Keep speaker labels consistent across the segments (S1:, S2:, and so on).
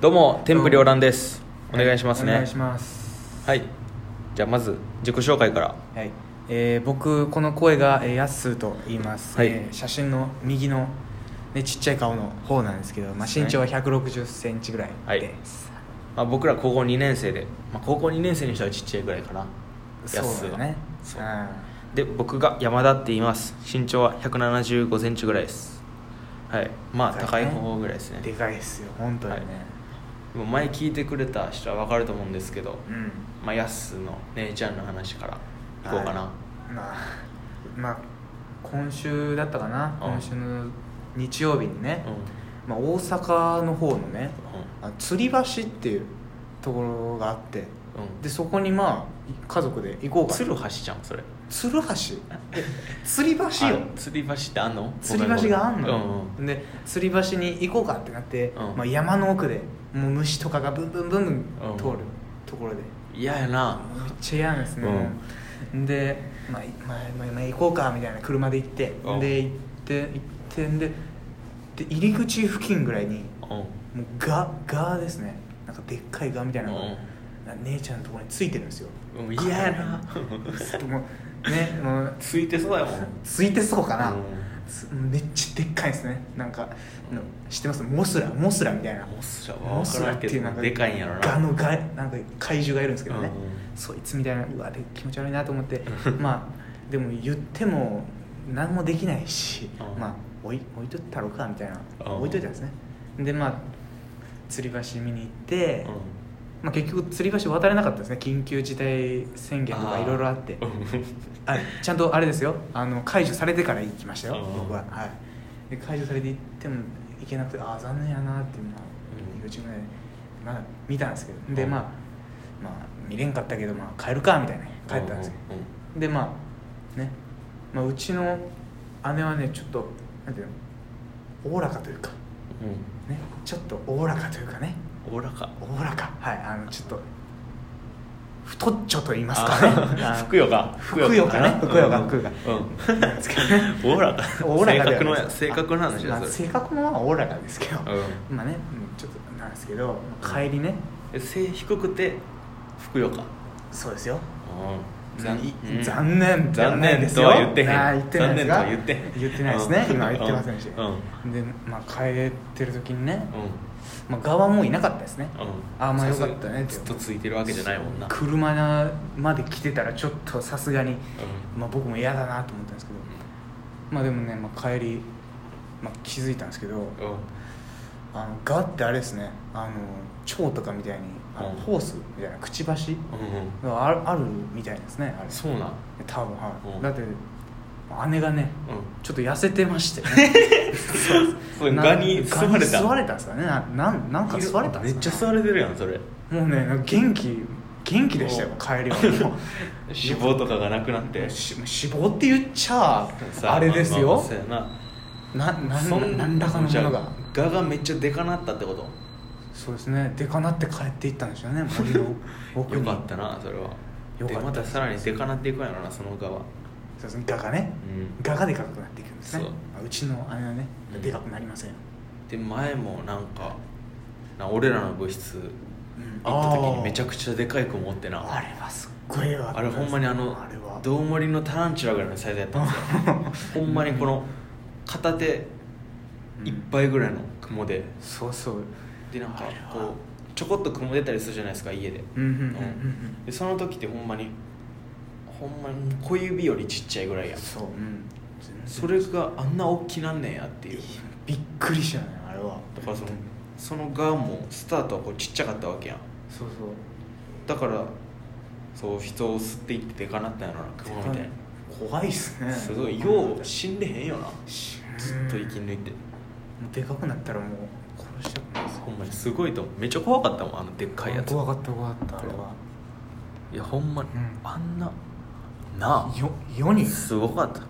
S1: どうも天ぷ両乱ですお願いします
S2: お
S1: ね
S2: 願いします
S1: はいじゃあまず自己紹介から
S2: はい、えー僕この声が、えー、やっすーと言います、
S1: はい
S2: えー写真の右の、ね、ちっちゃい顔の方なんですけど、まあ、
S1: そう
S2: 身
S1: です
S2: 長
S1: ね
S2: は1 6 0ンチぐらい
S1: はい
S2: です、
S1: まあ、僕ら高校2年生で、まあ、高校2年生にしてはちっちゃいぐらいかなやっす
S2: そ
S1: ー
S2: う
S1: が
S2: だね
S1: そう
S2: う
S1: で僕が山田って言います身長は1 7 5センチぐらいですはいまあ
S2: 高
S1: 高
S2: い
S1: い
S2: ね
S1: 方ぐらいです
S2: ん
S1: ね
S2: でかいっすよ本当にね、
S1: はいでも前聞いてくれた人は分かると思うんですけど、
S2: うん
S1: まあ、やっすーの姉ちゃんの話からいこうかな、
S2: はいまあまあ今週だったかな
S1: うん
S2: 今週の日曜日にね、
S1: うん
S2: まあ、大阪の方のねあの吊り橋っていうところがあって
S1: うんうん
S2: でそこにまあ家族で行こうか
S1: 鶴橋じゃんそれ
S2: つる橋え吊り橋よ
S1: あ吊り橋ってあんの
S2: 吊り橋があ
S1: ご
S2: ん
S1: めごめ
S2: の、で吊り橋に行こうかってなって、
S1: うん
S2: まあ、山の奥でもう虫とかがブンブンブンブン
S1: うん
S2: 通るところで、
S1: うん嫌やな
S2: めっちゃ嫌なんですね、で、まあいまあまあまあ、行こうかみたいな車で行って、
S1: うん
S2: で行って行ってんでで入り口付近ぐらいに
S1: うん
S2: もうガガーですねなんかでっかいガーみたいなのが、
S1: うん
S2: な姉ちゃんのところについてるんですよ
S1: うん嫌や な
S2: もうねもう
S1: ついてそうやもん
S2: ついてそうかな、
S1: うん
S2: つめっちゃでっかいですねなんか、の知ってますモスラモスラみたいな
S1: モスラは
S2: モ
S1: 分
S2: ス
S1: か
S2: ラ
S1: ら
S2: っ
S1: ん
S2: て
S1: け
S2: いう
S1: ど
S2: なんか
S1: でかいんやろな
S2: ガのガなんか怪獣がいるんですけどね、
S1: う
S2: そいつみたいなうわで気持ち悪いなと思って まあでも言っても何もできないし、
S1: うん
S2: まあ置い置いとったろかみたいな、
S1: うん
S2: 置いといたんですねでまあ吊り橋見に行って、まあ、結局吊り橋渡れなかったですね緊急事態宣言とかいろいろあってあちゃんとあれですよあの解除されてから行きましたよ、
S1: うん
S2: 僕は、はい、で解除されて行っても行けなくてああ残念やなっていうのは
S1: うん
S2: 入り口ぐらいでまあ見たんですけどで
S1: うん
S2: まあまあ見れんかったけどまあ帰るかみたいな帰ったんですよでまあね、まあ、うちの姉はねちょっとなんていうのおおらかというかねちょっとおおらかというかね
S1: おおらか
S2: おおらかはいあのちょっと太っちょと言いますかね
S1: あふくよか
S2: ふくよかねふくよかふくよか
S1: うん
S2: なんですけどね
S1: おおらか
S2: おおらか
S1: 性
S2: で
S1: 格
S2: はないで
S1: の
S2: す
S1: 性格の話
S2: あ
S1: だ
S2: まあ
S1: そ
S2: 性
S1: れ
S2: 格もまあおおらかですけど、
S1: うん
S2: まあねうんちょっとなんですけど帰りね
S1: え背低くてふくよか
S2: そうですよ
S1: 残
S2: うん残念では
S1: 残
S2: ない
S1: 念
S2: です
S1: と
S2: よ
S1: は言ってへん
S2: あー言ってない
S1: 残
S2: で
S1: 念
S2: す
S1: と
S2: か
S1: は言ってへん
S2: 言ってないですね
S1: うん
S2: 今は言ってませんでし
S1: うん
S2: でまあ帰ってる時にね、
S1: う
S2: まあ、側もいなかったですね
S1: んうん
S2: あーまあよかったねって
S1: ずっとついてるわけじゃないもんな
S2: 車まで来てたらちょっとさすがに、
S1: う
S2: まあ、僕も嫌だなと思ったんですけどまあでもね、まあ、帰り、まあ、気づいたんですけど、
S1: ん
S2: あのガってあれですねあの蝶とかみたいにあの
S1: うん
S2: ホースみたいなくちばし
S1: うんうん
S2: があるあるみたいですねあれ
S1: そうなんうん
S2: 多分はい、
S1: うん
S2: だって姉がねちょっと痩せちょっと痩せてましてね
S1: それガに
S2: な
S1: 吸われた
S2: ガに吸われたんですかねななんなんか吸われたん
S1: め
S2: です
S1: っ
S2: か、ね、
S1: ちゃ吸われてるやんそれ
S2: もうねなんか元気元気でしたよ帰りはもう
S1: 脂肪とかがなくなって
S2: し脂肪って言っちゃ
S1: さ
S2: あれですよ、
S1: まあまあそうや
S2: なな
S1: なんそん
S2: 何らかのものが
S1: じゃあガがめっちゃでかなったってこと
S2: そうですねでかなって帰っていったんですよね森の奥に
S1: よかったなそれは
S2: よかった
S1: でまたさらにでかなっていくんやろなそのガは
S2: そうですね画がね、
S1: うん
S2: 画がでかくなっていくんですね
S1: そう
S2: あうちの姉はね
S1: うん
S2: でかくなりません、うん、
S1: で前もなんかな俺らの部室行った時にめちゃ
S2: く
S1: くちゃでかい子持ってな
S2: あれはすっごいわ
S1: あれほんまにあの
S2: あれは
S1: どうもりのタランチュラぐらいのサイズやったんです よほんまにこの片手
S2: うん
S1: いっぱいぐらいの雲で
S2: そうそう
S1: でなんか
S2: あれは
S1: こうちょこっと雲出たりするじゃないですか家で
S2: うんうんうんうん
S1: うんでその時ってほんまにほんまに小指よりちっちゃいぐらいやん
S2: そううん
S1: それがあんな大きなんねんやっていう
S2: びっくりしたねあれは
S1: だからそのその側もスタートはこうちっちゃかったわけやん
S2: そうそう
S1: だからそう人を吸っていってでかなったんやろな雲みたい
S2: 怖いっすね
S1: なすごいよう死んでへんよなずっと生き
S2: うん
S1: 抜いて
S2: もうでかくなったらもう殺したくないです
S1: ほんまにすごいと思うめっちゃ怖かったもんあのでっかいやつ
S2: 怖かった怖かったあれはい
S1: やほんまに、
S2: うん
S1: あんなな
S2: よ世に
S1: あすごかった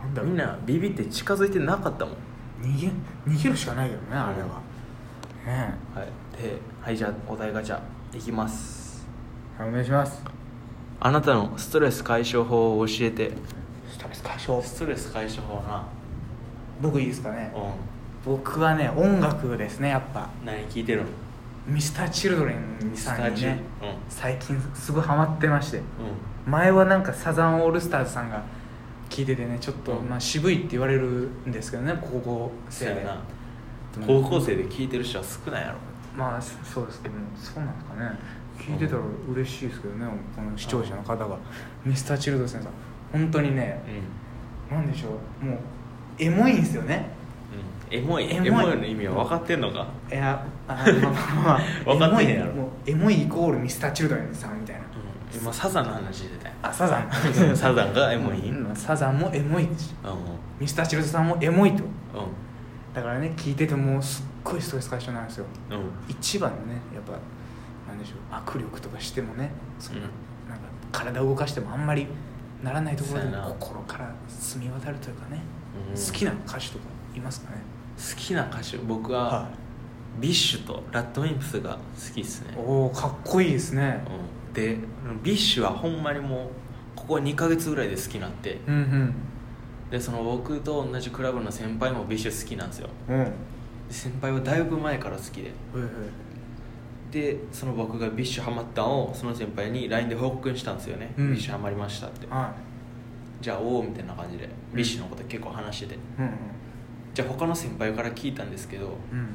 S2: なんだろう
S1: みんなビビって近づいてなかったもん
S2: 逃げ逃げるしかないけどねあれは、ね
S1: はいではいじゃあお題ガチャいきます
S2: えお願いします
S1: あなたのストレス解消法を教えて
S2: ストレス解消
S1: ストレス解消法な
S2: 僕いいですかね
S1: う
S2: 僕はね音楽ですねやっぱ
S1: ん何聞いてるの
S2: うミスターチルドレンさんに
S1: チル
S2: ね最近すごいハマってまして
S1: うんうん
S2: 前はなんかサザンオールスターズさんが聞いててねちょっと、
S1: うん
S2: まあ、渋いって言われるんですけどね高校生
S1: そう
S2: で
S1: やな
S2: うん
S1: 高校生で聞いてる人は少ないやろ
S2: まあそそうですけどそうなんですかね聞いてたら嬉しいですけどねこの視聴者の方がミスターチルドレンさん本当にね
S1: うん、
S2: なんでしょうもうエモいんですよね
S1: エモいエ
S2: エ
S1: モ
S2: モ
S1: い
S2: い
S1: の意味は分かってんのか
S2: いやあまあ まあ
S1: 分か
S2: ま
S1: っ
S2: あ
S1: て
S2: エ
S1: ん
S2: モい
S1: やろ
S2: もうエモいイコールミスターチルドレンさんみたいな
S1: うん今サザンの話してたよ
S2: あサザン
S1: うん サザンがエモい
S2: うんサザンもエモいし
S1: うんうん
S2: ミスターチルドレンさんもエモいとだからね聞いててもうすっごいストレス解消なんですよ
S1: うん
S2: 一番のねやっぱなんでしょう握力とかしてもねそ
S1: う
S2: の
S1: ん
S2: なんか体を動かしてもあんまりならないところ
S1: そう
S2: で
S1: やな
S2: 心から澄み渡るというかね
S1: うん
S2: 好きな歌手とかいますかね
S1: 好きな歌手僕は、ビッシュとラッドウィンプスが好きっすね、
S2: おおかっこいいですね
S1: うん、でビッシュはほんまにもうここ2ヶ月ぐらいで好きになって
S2: うん
S1: でその僕と同じクラブの先輩もビッシュ好きなんですよ
S2: うんうんはい
S1: で先輩はだいぶ前から好きで
S2: はい
S1: でその僕がビッシュハマったんをその先輩に LINE で報告したんですよね、
S2: うん
S1: ビッシュハマりましたって
S2: は
S1: じゃあおおみたいな感じで
S2: ん
S1: ビッシュのこと結構話してて、
S2: いうん
S1: じゃあ他の先輩から聞いたんですけど
S2: うん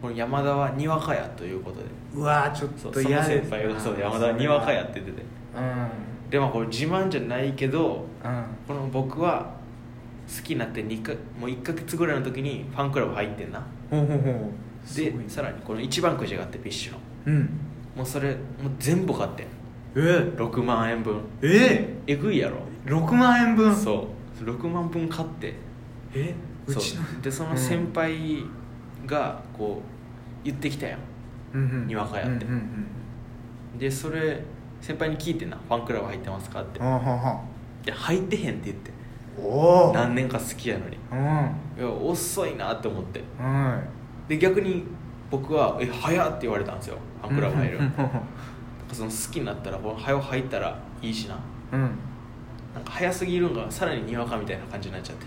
S1: この山田はにわかやということで
S2: うんうわーちょっ
S1: そう
S2: と
S1: その
S2: 嫌で
S1: 先
S2: す
S1: 輩がそう山田はにわかやって言ってて
S2: うん
S1: でまあこれ自慢じゃないけど
S2: うん
S1: この僕は好きになって2かもう1か月ぐらいの時にファンクラブ入ってんな
S2: ほうほうほう
S1: です
S2: ごいね
S1: さらにこの一番くじがあってビッシュの
S2: うん
S1: もうそれもう全部買ってん
S2: えー
S1: 6万円分
S2: え
S1: えぐいやろ、
S2: ー、6万円分
S1: そう6万分買って
S2: えうち
S1: そ
S2: の
S1: うでその先輩がこう言ってきたやん
S2: うんうん
S1: にわかやって
S2: うんうんうん
S1: でそれ先輩に聞いてなファンクラブ入ってますかって
S2: はあはあはあ
S1: で入ってへんって言って
S2: おお
S1: 何年か好きやのに
S2: うん
S1: いや遅いなって思って
S2: は
S1: で逆に僕は「え早っ!」って言われたんですよフ
S2: い
S1: ァンクラブ入る
S2: うん
S1: なんかその好きになったらこの早う入ったらいいしな
S2: うんうん
S1: なんか早すぎるんがさらににわかみたいな感じになっちゃって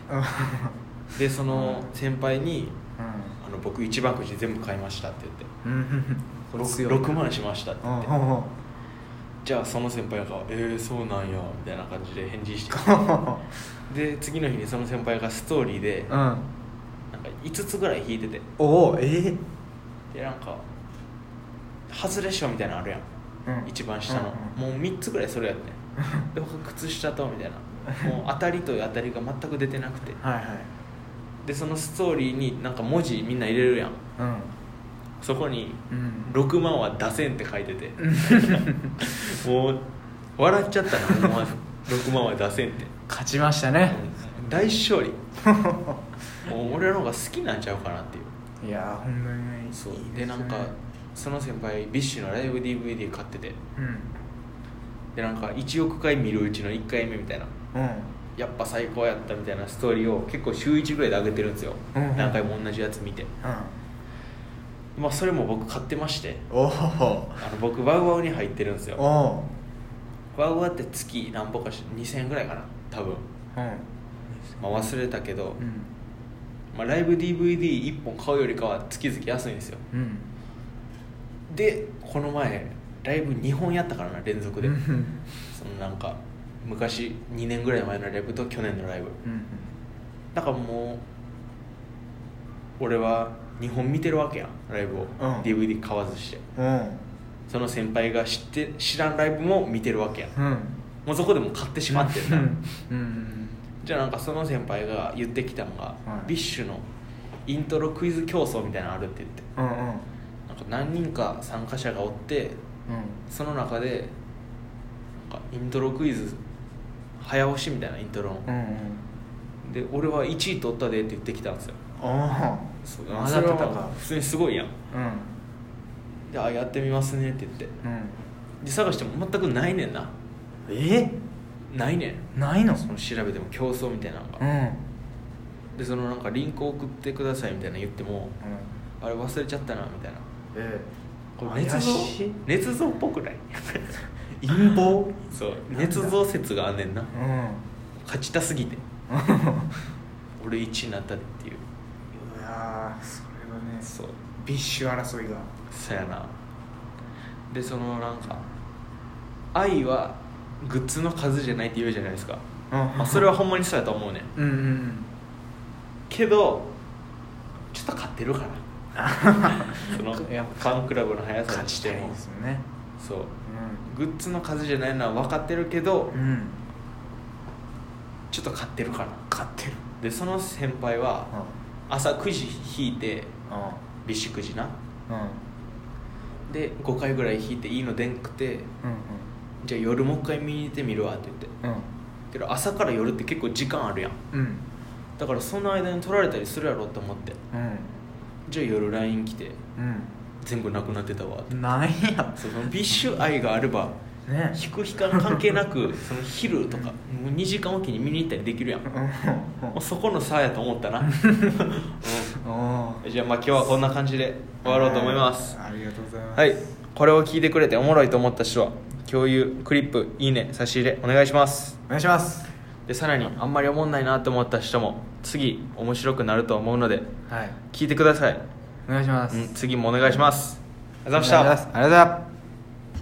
S1: でその先輩に「あの僕一番くじ全部買いました」って言って
S2: うんう
S1: 「
S2: んうん
S1: 6,
S2: う
S1: 万しました」って
S2: んう
S1: 言
S2: ん
S1: ってじゃあその先輩が「えー、そうなんや」みたいな感じで返事してで次の日にその先輩がストーリーで
S2: うんうん
S1: なんか5つぐらい引いてて
S2: おおえ
S1: でなんか「外れ賞」みたいなのあるやん
S2: ー
S1: 一番下の、
S2: うん
S1: もう3つぐらいそれやってんで僕靴下とみたいなもう当たりと当たりが全く出てなくて
S2: うん はいはい
S1: でそのストーリーになんか文字みんな入れるやん
S2: うん
S1: そこに
S2: うん
S1: 「6万は出せん」って書いててもう笑っちゃったなお前6万は出せんって
S2: 勝ちましたね
S1: 大勝利もう俺の方が好きなんちゃうかなっていう
S2: いやーほんまにね
S1: そう
S2: いいすね
S1: でなんかその先輩ビッシュのライブ DVD 買ってて
S2: うん
S1: でなんか1億回見るうちの1回目みたいな
S2: うん
S1: やっぱ最高やったみたいなストーリーを結構週1ぐらいで上げてるんですよ、
S2: うんうん
S1: 何回も同じやつ見てまあそれも僕買ってまして
S2: うんおお
S1: あの僕ワウワウに入ってるんですよ
S2: おお
S1: ワウワウって月何ぼかし2000円ぐらいかな多分、
S2: うん
S1: まあ、忘れたけど、
S2: うん
S1: まあ、ライブ DVD1 本買うよりかは月々安いんですよ
S2: うん
S1: でこの前ライブ2本やったからな連続で、
S2: うん
S1: そのなんか昔2年ぐらい前のライブと去年のライブ
S2: うん
S1: だからもう俺は日本見てるわけやんライブを、
S2: うん
S1: DVD 買わずして
S2: うん
S1: その先輩が知って知らんライブも見てるわけやん
S2: うん
S1: もうそこでもう買ってしまってん
S2: う
S1: な、
S2: んうん
S1: じゃあなんかその先輩が言ってきたのが、
S2: はい
S1: ビッシュのイントロクイズ競争みたいなのあるって言って
S2: うんうん
S1: なんか何人か参加者がおってその中でなんかイントロクイズ早押しみたいなイントロの、
S2: うんうん
S1: で俺は1位取ったでって言ってきたんですよ
S2: あ
S1: そう
S2: あ
S1: それは
S2: たか
S1: 普通にすごいやん
S2: うん
S1: であやってみますねって言って
S2: うん
S1: で探しても全くないねんな
S2: え
S1: ないねん
S2: ないの
S1: その調べても競争みたいなの
S2: う
S1: が、
S2: んうん
S1: でそのなんかリンク送ってくださいみたいなの言ってもあれ忘れちゃったなみたいな
S2: え
S1: これ
S2: 怪
S1: 捏造
S2: しい
S1: 捏造っぽくない
S2: 陰謀
S1: そう
S2: なんだ
S1: 捏造説があんねんな
S2: うん
S1: 勝ちたすぎて俺1位になったでっていう
S2: いやーそれはね
S1: そう
S2: ビッシュ争いが
S1: そやなでそのなんか愛はグッズの数じゃないって言うじゃないですか、まあ、それはほんまにそうやと思うねん
S2: うんうんうん
S1: けどちょっと買ってるからそのフ
S2: いや
S1: ァンクラブの速さにして
S2: 勝ちたい
S1: も
S2: ですよね
S1: そうグッズの数じゃないのは分かってるけど
S2: うん、うん、
S1: ちょっと買ってるから
S2: 勝ってる
S1: でその先輩は
S2: あ
S1: 朝9時引いて
S2: あ
S1: ビシくじな
S2: うん
S1: で5回ぐらい引いていいのでんくて
S2: う
S1: じゃあ夜もう一回見に行ってみるわって言って
S2: んうん
S1: けど朝から夜って結構時間あるやん
S2: うんうん
S1: だからその間に取られたりするやろって思ってじゃあ夜 LINE 来て
S2: うん
S1: 全部なくなってたわって
S2: うんなんや
S1: そうそのビッシュ愛があれば
S2: ね
S1: 引く引かん関係なくその昼とかもう2時間おきに見に行ったりできるやん
S2: うん
S1: も
S2: うん
S1: うそこの差やと思ったな、 う
S2: おー
S1: んじゃあまあ今日はこんな感じで終わろうと思います
S2: ありがとうございます
S1: はいこれを聞いてくれておもろいと思った人は共有クリップいいね差し入れお願いします
S2: お願いします
S1: でさらにあんまり思んないなと思った人も次面白くなると思うので
S2: はい
S1: 聞いてください、
S2: お願いしま
S1: う
S2: す
S1: ん、次もお願いしますあり
S2: あ
S1: がとうございました
S2: ありがとうございます